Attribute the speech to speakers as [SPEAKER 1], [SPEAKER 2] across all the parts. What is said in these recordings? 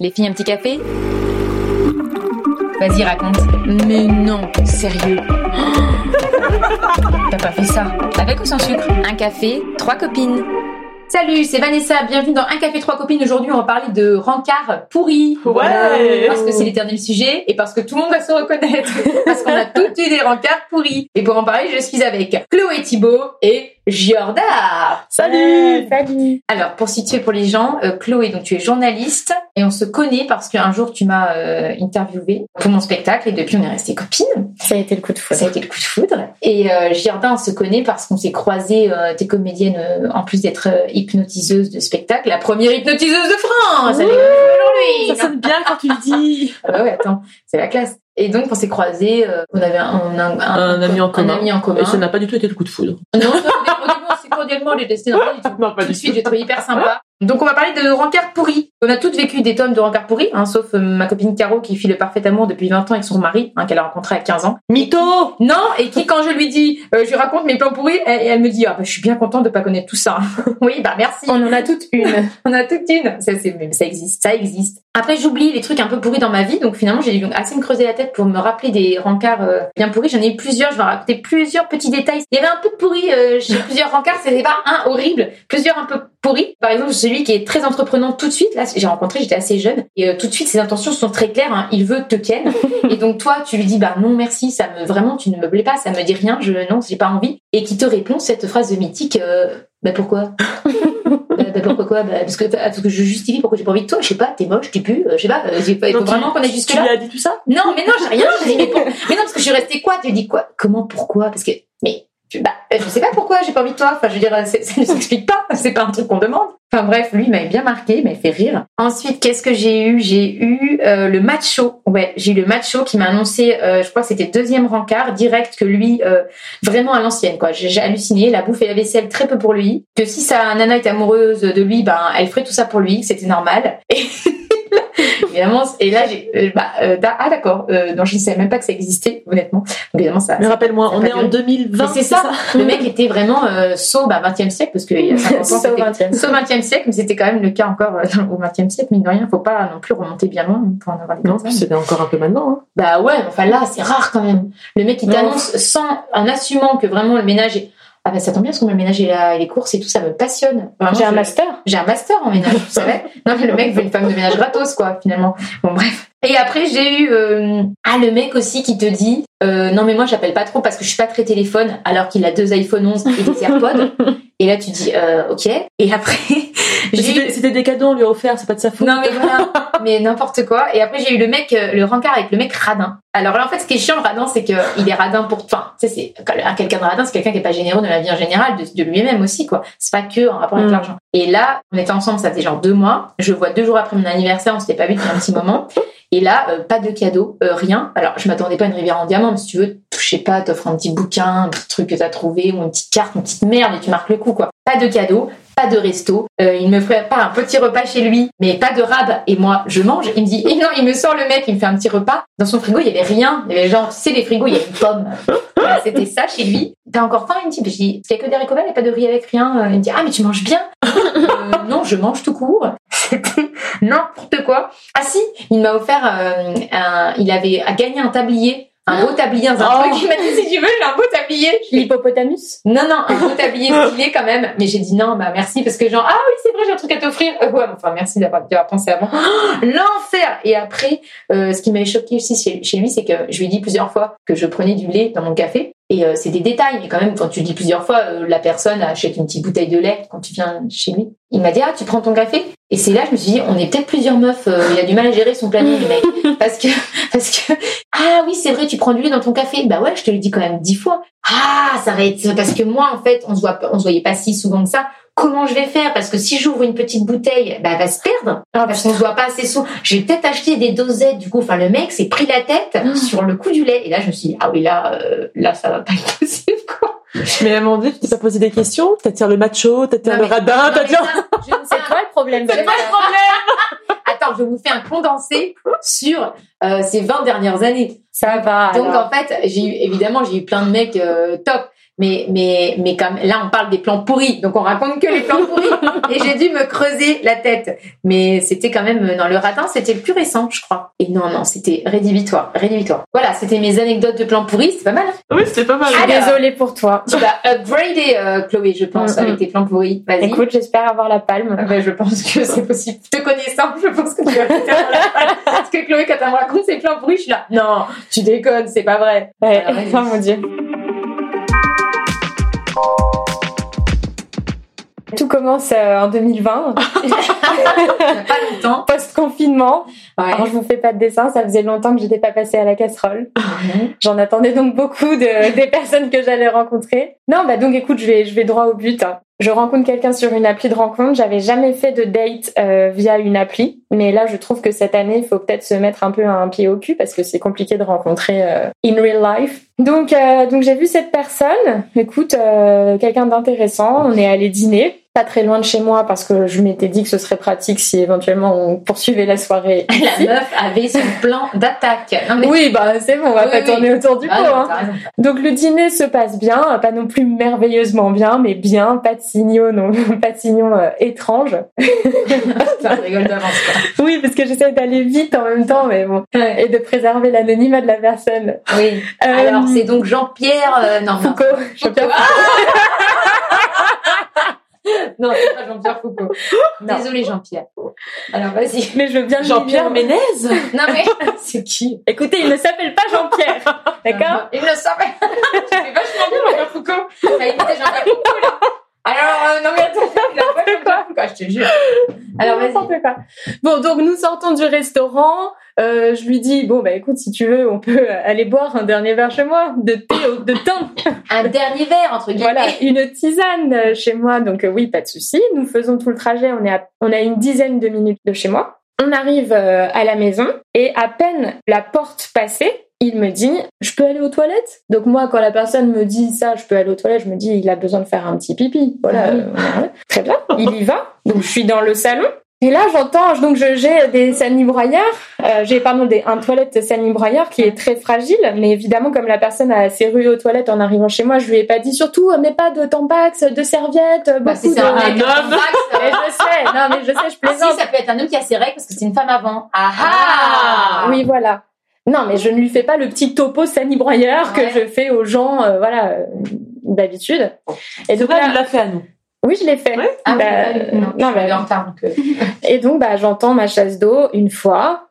[SPEAKER 1] Les filles, un petit café Vas-y, raconte. Mais non, sérieux. T'as pas fait ça. Avec ou sans sucre Un café, trois copines. Salut, c'est Vanessa. Bienvenue dans Un café, trois copines. Aujourd'hui, on va parler de rencard pourri.
[SPEAKER 2] Ouais.
[SPEAKER 1] Parce que c'est l'éternel sujet et parce que tout le monde va se reconnaître. Parce qu'on a toutes eu des rencarts pourris. Et pour en parler, je suis avec Chloé Thibault et Giorda.
[SPEAKER 2] Salut
[SPEAKER 3] Salut
[SPEAKER 1] Alors, pour situer pour les gens, euh, Chloé, donc tu es journaliste et on se connaît parce qu'un jour tu m'as euh, interviewé pour mon spectacle et depuis on est resté copines.
[SPEAKER 3] Ça a été le coup de
[SPEAKER 1] Ça a
[SPEAKER 3] foudre.
[SPEAKER 1] été le coup de foudre. Et euh, Girardin, on se connaît parce qu'on s'est croisés, euh, t'es comédienne euh, en plus d'être euh, hypnotiseuse de spectacle, la première hypnotiseuse de France avec nous
[SPEAKER 2] Ça
[SPEAKER 1] aujourd'hui.
[SPEAKER 2] sonne bien quand tu le dis
[SPEAKER 1] Ah bah ouais, attends, c'est la classe. Et donc on s'est croisés, euh, on avait un, un,
[SPEAKER 2] Un ami en commun.
[SPEAKER 1] Un ami en commun.
[SPEAKER 2] Et ça n'a pas du tout été le coup de foudre.
[SPEAKER 1] Non, non, au début, on s'est cordialement détesté, non, pas du tout.
[SPEAKER 2] Non, pas
[SPEAKER 1] Tout de suite, j'ai trouvé hyper sympa. Donc, on va parler de rencarts pourris. On a toutes vécu des tonnes de rencarts pourris, hein, sauf euh, ma copine Caro qui fit le parfait amour depuis 20 ans avec son mari, hein, qu'elle a rencontré à 15 ans.
[SPEAKER 2] Mytho
[SPEAKER 1] Non, et qui, quand je lui dis, euh, je lui raconte mes plans pourris, elle, elle me dit, ah, bah, je suis bien contente de pas connaître tout ça. oui, bah merci.
[SPEAKER 3] On en a toutes une.
[SPEAKER 1] On a toute une. Ça, c'est, mais ça existe, ça existe. Après, j'oublie les trucs un peu pourris dans ma vie, donc finalement, j'ai dû assez me creuser la tête pour me rappeler des rencarts euh, bien pourris. J'en ai eu plusieurs, je vais raconter plusieurs petits détails. Il y avait un peu de pourri euh, chez plusieurs rencarts, c'était pas un horrible, plusieurs un peu pourris. Par exemple, celui qui est très entreprenant tout de suite, là, j'ai rencontré, j'étais assez jeune, et euh, tout de suite, ses intentions sont très claires, hein. il veut te ken. et donc, toi, tu lui dis, bah non, merci, ça me, vraiment, tu ne me plais pas, ça me dit rien, je, non, j'ai pas envie. Et qui te répond cette phrase de mythique, euh, bah pourquoi bah, bah, pourquoi quoi Bah, parce, que, parce que je justifie pourquoi j'ai pas envie de toi. Je sais pas, t'es moche, tu pues, euh, je sais pas. euh, j'ai pas- il faut
[SPEAKER 2] Donc, tu-
[SPEAKER 1] vraiment qu'on aille
[SPEAKER 2] Tu
[SPEAKER 1] jusque
[SPEAKER 2] lui
[SPEAKER 1] là.
[SPEAKER 2] as dit tout ça
[SPEAKER 1] Non, mais non, j'ai rien. J'ai dit, mais, pour- mais non, parce que je suis restée quoi Tu dis quoi Comment Pourquoi Parce que mais tu- bah, euh, je sais pas pourquoi j'ai pas envie de toi. Enfin, je veux dire, euh, c'est- ça ne s'explique pas. C'est pas un truc qu'on demande. Enfin bref, lui il m'avait bien marqué, il m'avait fait rire. Ensuite, qu'est-ce que j'ai eu J'ai eu euh, le macho. Ouais, j'ai eu le macho qui m'a annoncé, euh, je crois que c'était deuxième rencard direct que lui, euh, vraiment à l'ancienne quoi. J'ai j'ai halluciné, la bouffe et la vaisselle très peu pour lui. Que si sa nana était amoureuse de lui, ben elle ferait tout ça pour lui, que c'était normal. Et là, évidemment, et là j'ai, euh, bah, euh, da- ah d'accord, euh, non je ne savais même pas que ça existait honnêtement. Donc, évidemment ça.
[SPEAKER 2] Mais rappelle-moi,
[SPEAKER 1] Ça
[SPEAKER 2] on
[SPEAKER 1] va
[SPEAKER 2] est en
[SPEAKER 1] durer.
[SPEAKER 2] 2020.
[SPEAKER 1] Mais c'est ça. Le mec était vraiment euh, saube à 20e siècle parce qu'il y a 50 ans
[SPEAKER 3] Ça au
[SPEAKER 1] c'était
[SPEAKER 3] 20e.
[SPEAKER 1] Sauf au XXe siècle, mais c'était quand même le cas encore euh, dans- au XXe siècle, mine de rien, faut pas non plus remonter bien loin pour en avoir des
[SPEAKER 2] Non,
[SPEAKER 1] comme ça.
[SPEAKER 2] c'était encore un peu maintenant. hein.
[SPEAKER 1] Bah ouais, mais enfin là, c'est rare quand même. Le mec, il
[SPEAKER 2] Non.
[SPEAKER 1] t'annonce sans, en assumant que vraiment le ménage est. Ah bah ça tombe bien parce que le ménage et la- et les courses et tout, ça me passionne.
[SPEAKER 2] hein.
[SPEAKER 1] Vraiment,
[SPEAKER 3] J'ai un
[SPEAKER 1] je-
[SPEAKER 3] master.
[SPEAKER 1] j'ai un master en ménage, vous savez. Non, mais le mec veut une femme de ménage gratos, quoi, finalement. Bon, bref. Et après, j'ai eu euh, ah, le mec aussi qui te dit euh, Non, mais moi, j'appelle pas trop parce que je suis pas très téléphone, alors qu'il a deux iPhone 11 et des AirPods. et là, tu dis euh, Ok. Et après,
[SPEAKER 2] Mais
[SPEAKER 1] j'ai eu-
[SPEAKER 2] C'était c'était des cadeaux, on lui a offert, c'est pas de sa faute.
[SPEAKER 1] non mais voilà, mais n'importe quoi. Et après j'ai eu le mec, euh, le rencard avec le mec radin. Alors là en fait ce qui est chiant le radin c'est que il est radin pour, enfin tu sais c'est quand- un- quelqu'un de radin c'est quelqu'un qui est pas généreux dans la vie en général de, de lui-même aussi quoi. C'est pas que en rapport avec
[SPEAKER 2] Mm.
[SPEAKER 1] l'argent. Et là on était ensemble ça faisait genre deux mois. Je vois deux jours après mon anniversaire on s'était pas vu depuis un petit moment. Et là, euh, pas de cadeau, euh, rien. Alors, je m'attendais pas à une rivière en diamant, mais si tu veux, je sais pas, t'offres un petit bouquin, un petit truc que t'as trouvé, ou une petite carte, une petite merde, et tu marques le coup, quoi. Pas de cadeau, pas de resto. Euh, il me ferait pas un petit repas chez lui, mais pas de rab. Et moi, je mange. Il me dit, et non, il me sort le mec, il me fait un petit repas. Dans son frigo, il y avait rien. Il y avait genre, tu sais, les frigos, il y avait une pomme. Voilà, C'était ça chez lui. T'as encore faim, il me dit, je dis, il y a que des haricots verts et pas de riz avec rien. Il me dit, ah, mais tu manges bien. Euh, non, je mange tout court. C'était n'importe quoi. Ah si, il m'a offert, euh, un, il avait à gagner un tablier. Un beau tablier, un
[SPEAKER 3] Oh.
[SPEAKER 1] truc. Il m'a dit, si tu veux, j'ai un beau tablier. Je lui
[SPEAKER 3] L'hippopotamus.
[SPEAKER 1] non, non, un beau tablier stylé quand même. Mais j'ai dit non, bah merci, parce que genre, ah oui, c'est vrai, j'ai un truc à t'offrir. Euh, ouais, mais enfin, merci d'avoir d'y avoir pensé avant. Oh, L'enfer Et après, euh, ce qui m'avait choqué aussi chez, chez lui, c'est que je lui ai dit plusieurs fois que je prenais du lait dans mon café. Et euh, c'est des détails, mais quand même, quand tu le dis plusieurs fois, euh, la personne achète une petite bouteille de lait quand tu viens chez lui. Il m'a dit, ah, tu prends ton café Et c'est là, je me suis dit, on est peut-être plusieurs meufs, euh, il a du mal à gérer son planning, le mec. Parce que, parce que, ah oui, c'est vrai, tu prends du lait dans ton café. Bah ouais, je te le dis quand même dix fois. Ah, ça va être parce que moi, en fait, on se voit, on se voyait pas si souvent que ça. Comment je vais faire Parce que si j'ouvre une petite bouteille, bah, elle va se perdre.
[SPEAKER 3] Ah,
[SPEAKER 1] Parce qu'on se voit pas assez souvent. J'ai peut-être acheté des dosettes, du coup. Enfin, le mec s'est pris la tête sur le coup du lait. Et là, je me suis dit, ah oui, là, euh, là, ça va pas être possible, quoi.
[SPEAKER 2] Mais à un moment donné, tu t'es pas posé des questions T'attires le macho, t'attires
[SPEAKER 1] Non,
[SPEAKER 2] le
[SPEAKER 1] mais-
[SPEAKER 2] radin,
[SPEAKER 1] Non, mais
[SPEAKER 2] t'attires.
[SPEAKER 1] ça, je ne sais
[SPEAKER 3] C'est toi le problème.
[SPEAKER 1] c'est oh, pas le problème Attends, je vous fais un condensé sur euh, ces 20 dernières années.
[SPEAKER 3] Ça va.
[SPEAKER 1] Donc
[SPEAKER 2] Ah,
[SPEAKER 3] alors.
[SPEAKER 1] en fait, j'ai eu évidemment j'ai eu plein de mecs euh, top, Mais, mais, mais comme là, on parle des plans pourris, donc on raconte que les plans pourris. et j'ai dû me creuser la tête. Mais c'était quand même, dans le ratin, c'était le plus récent, je crois. Et non, non, c'était rédhibitoire, rédhibitoire. Voilà, c'était mes anecdotes de plans pourris, c'est pas mal. hein
[SPEAKER 2] Oui, c'était pas mal.
[SPEAKER 1] Ah,
[SPEAKER 3] suis
[SPEAKER 1] Alors-
[SPEAKER 3] désolée pour toi.
[SPEAKER 1] tu vas upgrader, euh, Chloé, je pense,
[SPEAKER 3] Mhm.
[SPEAKER 1] avec tes plans pourris. Vas-y.
[SPEAKER 3] Écoute, j'espère avoir la palme.
[SPEAKER 1] Ben, je pense que c'est possible. Te connaissant, je pense que tu vas tout faire dans la palle. Parce que Chloé, quand elle me raconte ses plans pourris, je suis là. Non, tu déconnes, c'est pas vrai.
[SPEAKER 3] Ouais.
[SPEAKER 1] Alors, vas-y.
[SPEAKER 3] Oh mon dieu. Tout commence euh, en 2020,
[SPEAKER 1] Ça fait pas longtemps.
[SPEAKER 3] post-confinement. Alors,
[SPEAKER 1] Ouais.
[SPEAKER 3] je vous fais pas de dessin, ça faisait longtemps que j'étais pas passée à la casserole.
[SPEAKER 1] Mhm.
[SPEAKER 3] J'en attendais donc beaucoup de, des personnes que j'allais rencontrer. Non, bah donc écoute, je vais, je vais droit au but. hein. Je rencontre quelqu'un sur une appli de rencontre. J'avais jamais fait de date euh, via une appli, mais là, je trouve que cette année, il faut peut-être se mettre un peu un pied au cul parce que c'est compliqué de rencontrer euh, in real life. Donc, euh, donc j'ai vu cette personne. Écoute, euh, quelqu'un d'intéressant. On est allé dîner. Pas très loin de chez moi parce que je m'étais dit que ce serait pratique si éventuellement on poursuivait la soirée.
[SPEAKER 1] La
[SPEAKER 3] ici.
[SPEAKER 1] meuf avait son plan d'attaque. Non, mais-
[SPEAKER 3] Oui, bah c'est bon, on va
[SPEAKER 1] Oui,
[SPEAKER 3] pas
[SPEAKER 1] oui.
[SPEAKER 3] tourner autour du pot.
[SPEAKER 1] Ah, non,
[SPEAKER 3] hein.
[SPEAKER 1] t'as raison.
[SPEAKER 3] Donc le dîner se passe bien, pas non plus merveilleusement bien, mais bien, pas de signaux, non, pas de signaux euh, étranges.
[SPEAKER 1] Putain, je rigole d'avance. quoi.
[SPEAKER 3] Oui, parce que j'essaie d'aller vite en même temps, mais bon, et de préserver l'anonymat de la personne.
[SPEAKER 1] Oui.
[SPEAKER 3] Euh,
[SPEAKER 1] Alors, c'est donc Jean-Pierre. euh, non, Ah non.
[SPEAKER 3] Foucault, je sais pas.
[SPEAKER 1] Non, c'est pas Jean-Pierre Foucault.
[SPEAKER 3] Non.
[SPEAKER 1] Désolée, Jean-Pierre. Alors, vas-y.
[SPEAKER 3] mais je veux bien le
[SPEAKER 2] Jean-Pierre
[SPEAKER 3] million.
[SPEAKER 2] Ménez
[SPEAKER 1] Non, mais c'est qui
[SPEAKER 3] Écoutez, il ne s'appelle pas Jean-Pierre, d'accord
[SPEAKER 1] euh, Il le savait. Tu fais vachement bien Jean-Pierre Foucault. T'as imité Jean-Pierre Foucault, là. Alors, euh, non, mais attends, il a pas Jean-Pierre Foucault, je te jure. Alors, vas-y.
[SPEAKER 3] N'importe quoi. Bon, donc nous sortons du restaurant. euh, je lui dis bon bah écoute si tu veux on peut aller boire un dernier verre chez moi de thé au- de thym
[SPEAKER 1] Un dernier verre, entre guillemets.
[SPEAKER 3] Voilà, une tisane euh, chez moi, donc euh, oui, pas de souci. Nous faisons tout le trajet, on est à, on a une dizaine de minutes de chez moi. On arrive euh, à la maison et à peine la porte passée, il me dit "Je peux aller aux toilettes Donc moi quand la personne me dit ça, je peux aller aux toilettes, je me dis il a besoin de faire un petit pipi. Voilà,
[SPEAKER 1] Ah oui.
[SPEAKER 3] euh, on est arrivé. très bien. Il y va. Donc je suis dans le salon et là, j'entends, donc je- j'ai des Sani Broyard, euh, j'ai pardon, des, un toilette Sani Broyard qui est très fragile, mais évidemment, comme la personne a s'est ruée aux toilettes en arrivant chez moi, je lui ai pas dit surtout, euh, mais pas de tampax, de serviettes, euh,
[SPEAKER 1] Bah, si
[SPEAKER 3] beaucoup
[SPEAKER 1] c'est
[SPEAKER 3] de...
[SPEAKER 1] un
[SPEAKER 2] Un
[SPEAKER 1] mec, un
[SPEAKER 2] homme.
[SPEAKER 1] vax, euh,
[SPEAKER 3] Mais je sais, non mais je sais, je
[SPEAKER 1] Ah,
[SPEAKER 3] plaisante.
[SPEAKER 1] si, ça peut être un homme qui a ses règles parce que c'est une femme avant. Ah ah
[SPEAKER 3] Oui, voilà. Non, mais je ne lui fais pas le petit topo Sani Broyard que
[SPEAKER 1] Ouais.
[SPEAKER 3] je fais aux gens, euh, voilà, euh, d'habitude.
[SPEAKER 2] C'est
[SPEAKER 3] Et donc
[SPEAKER 2] vrai, il
[SPEAKER 3] là,
[SPEAKER 2] l'a fait à nous.
[SPEAKER 3] oui, je l'ai fait.
[SPEAKER 2] Ouais.
[SPEAKER 1] Ah, oui,
[SPEAKER 3] Bah,
[SPEAKER 1] bah, oui, non,
[SPEAKER 3] non,
[SPEAKER 1] je suis
[SPEAKER 3] mais-
[SPEAKER 1] en retard, donc, euh,
[SPEAKER 3] Et donc, bah, j'entends ma chasse d'eau une fois,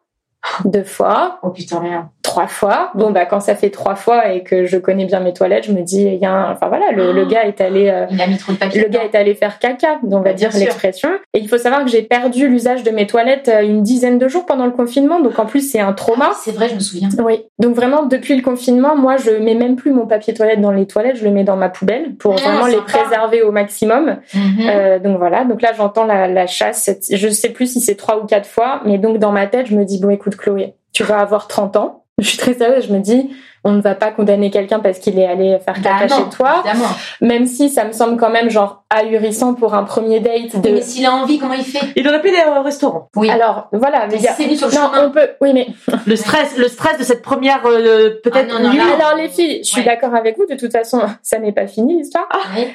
[SPEAKER 3] deux fois,
[SPEAKER 1] Oh putain, rien.
[SPEAKER 3] trois fois. Bon, bah, quand ça fait trois fois et que je connais bien mes toilettes, je me dis, il y a un... Enfin, voilà, le, le gars est allé... euh,
[SPEAKER 1] Il a mis trop de papier.
[SPEAKER 3] Le gars est allé faire caca, on va
[SPEAKER 2] Bien
[SPEAKER 3] dire
[SPEAKER 2] sûr.
[SPEAKER 3] l'expression. Et il faut savoir que j'ai perdu l'usage de mes toilettes euh, une dizaine de jours pendant le confinement, donc en plus c'est un trauma.
[SPEAKER 1] Ah, C'est vrai, je me souviens.
[SPEAKER 3] Oui. Donc vraiment depuis le confinement, moi je mets même plus mon papier toilette dans les toilettes, je le mets dans ma poubelle pour
[SPEAKER 1] Ah,
[SPEAKER 3] vraiment les
[SPEAKER 1] sympa.
[SPEAKER 3] préserver au maximum.
[SPEAKER 1] Mhm.
[SPEAKER 3] Euh, donc voilà, donc là j'entends la, la chasse, cette- je sais plus si c'est trois ou quatre fois, mais donc dans ma tête je me dis, bon écoute Chloé, tu vas avoir 30 ans, je suis très sérieuse, je me dis, on ne va pas condamner quelqu'un parce qu'il est allé faire
[SPEAKER 1] Bah,
[SPEAKER 3] caca
[SPEAKER 1] non,
[SPEAKER 3] chez toi,
[SPEAKER 1] évidemment.
[SPEAKER 3] même si ça me semble quand même genre ahurissant pour un premier date de...
[SPEAKER 1] Mais s'il a envie, comment il fait
[SPEAKER 2] Il aurait pu aller au restaurant.
[SPEAKER 1] Oui.
[SPEAKER 3] Alors voilà, mais il y a-
[SPEAKER 1] c'est venu sur le
[SPEAKER 3] Non,
[SPEAKER 1] chemin.
[SPEAKER 3] on peut. Oui, mais
[SPEAKER 2] Le stress, le stress de cette première euh, peut-être
[SPEAKER 1] Ah, non, non,
[SPEAKER 2] nuit.
[SPEAKER 1] là-
[SPEAKER 3] alors les filles, je suis
[SPEAKER 1] Ouais.
[SPEAKER 3] d'accord avec vous. De toute façon, ça n'est pas fini l'histoire.
[SPEAKER 1] Oui.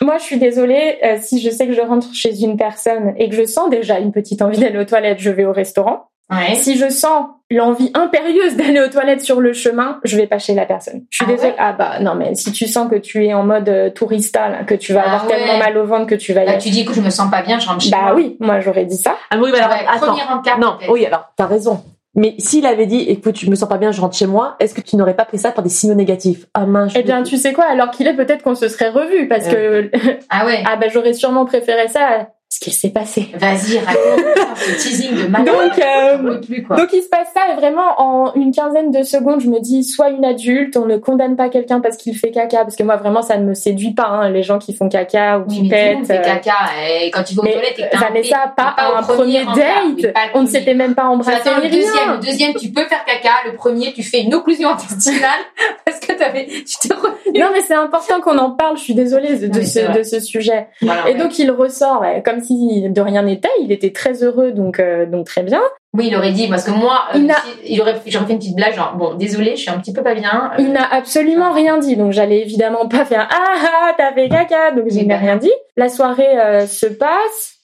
[SPEAKER 3] Moi, je suis désolée euh, si je sais que je rentre chez une personne et que je sens déjà une petite envie d'aller aux toilettes. Je vais au restaurant.
[SPEAKER 1] Ouais.
[SPEAKER 3] Si je sens l'envie impérieuse d'aller aux toilettes sur le chemin, je vais pas chez la personne. Je suis
[SPEAKER 1] Ah
[SPEAKER 3] désolée.
[SPEAKER 1] ouais
[SPEAKER 3] ah bah non, mais si tu sens que tu es en mode euh, tourista, là, que tu vas
[SPEAKER 1] Ah
[SPEAKER 3] avoir
[SPEAKER 1] ouais.
[SPEAKER 3] tellement mal au ventre que tu vas y
[SPEAKER 1] Là,
[SPEAKER 3] aller.
[SPEAKER 1] Bah, tu dis que je me sens pas bien, je rentre chez
[SPEAKER 3] Bah
[SPEAKER 1] moi.
[SPEAKER 3] oui, moi j'aurais dit ça.
[SPEAKER 2] Ah oui, mais alors,
[SPEAKER 1] Ouais,
[SPEAKER 2] attends.
[SPEAKER 1] premier encart.
[SPEAKER 2] Non,
[SPEAKER 1] peut-être.
[SPEAKER 2] oui, alors, t'as raison. Mais s'il avait dit, écoute, je me sens pas bien, je rentre chez moi, est-ce que tu n'aurais pas pris ça par des signaux négatifs Ah mince. je-
[SPEAKER 3] Eh bien, tu sais quoi, alors qu'il est peut-être qu'on se serait revu parce que
[SPEAKER 1] Ah ouais.
[SPEAKER 3] ah bah j'aurais sûrement préféré ça à ce qu'il s'est passé.
[SPEAKER 1] Vas-y, raconte. Putain, ce teasing de malade.
[SPEAKER 3] Donc,
[SPEAKER 1] J'en
[SPEAKER 3] euh,
[SPEAKER 1] peux plus, quoi.
[SPEAKER 3] Donc il se passe ça et vraiment en une quinzaine de secondes, je me dis soit une adulte, on ne condamne pas quelqu'un parce qu'il fait caca, parce que moi vraiment ça ne me séduit pas hein, les gens qui font caca ou
[SPEAKER 1] Oui,
[SPEAKER 3] qui
[SPEAKER 1] mais tout le monde
[SPEAKER 3] pètent.
[SPEAKER 1] fait
[SPEAKER 3] euh,
[SPEAKER 1] caca. Et quand tu vas aux
[SPEAKER 3] Mais euh,
[SPEAKER 1] toilettes et que t'as un
[SPEAKER 3] Vanessa,
[SPEAKER 1] pet,
[SPEAKER 3] pas,
[SPEAKER 1] pas
[SPEAKER 3] à
[SPEAKER 1] au
[SPEAKER 3] un premier,
[SPEAKER 1] premier encart, oui,
[SPEAKER 3] date.
[SPEAKER 1] pas le
[SPEAKER 3] on ne
[SPEAKER 1] premier.
[SPEAKER 3] s'était même pas
[SPEAKER 1] Tu
[SPEAKER 3] embrassé
[SPEAKER 1] attends
[SPEAKER 3] ni
[SPEAKER 1] le deuxième.
[SPEAKER 3] rien.
[SPEAKER 1] Le deuxième, tu peux faire caca. Le premier, tu fais une occlusion intestinale parce que t'avais, tu t'es re-
[SPEAKER 3] Non, mais c'est important qu'on en parle. Je suis désolée de, de
[SPEAKER 1] Oui, c'est
[SPEAKER 3] ce,
[SPEAKER 1] vrai.
[SPEAKER 3] de ce sujet.
[SPEAKER 1] Voilà, ouais.
[SPEAKER 3] Et donc il ressort ouais, comme si de rien n'était. Il était très heureux, donc euh, donc très bien.
[SPEAKER 1] Oui, il aurait dit, parce que moi, euh,
[SPEAKER 3] Ina-
[SPEAKER 1] si- il aurait, j'aurais fait une petite blague, genre, bon, désolé, je suis un petit peu pas bien. euh,
[SPEAKER 3] Il n'a absolument rien dit, donc j'allais évidemment pas faire ah ah t'as fait caca, donc je n'ai rien dit. La soirée euh, se passe.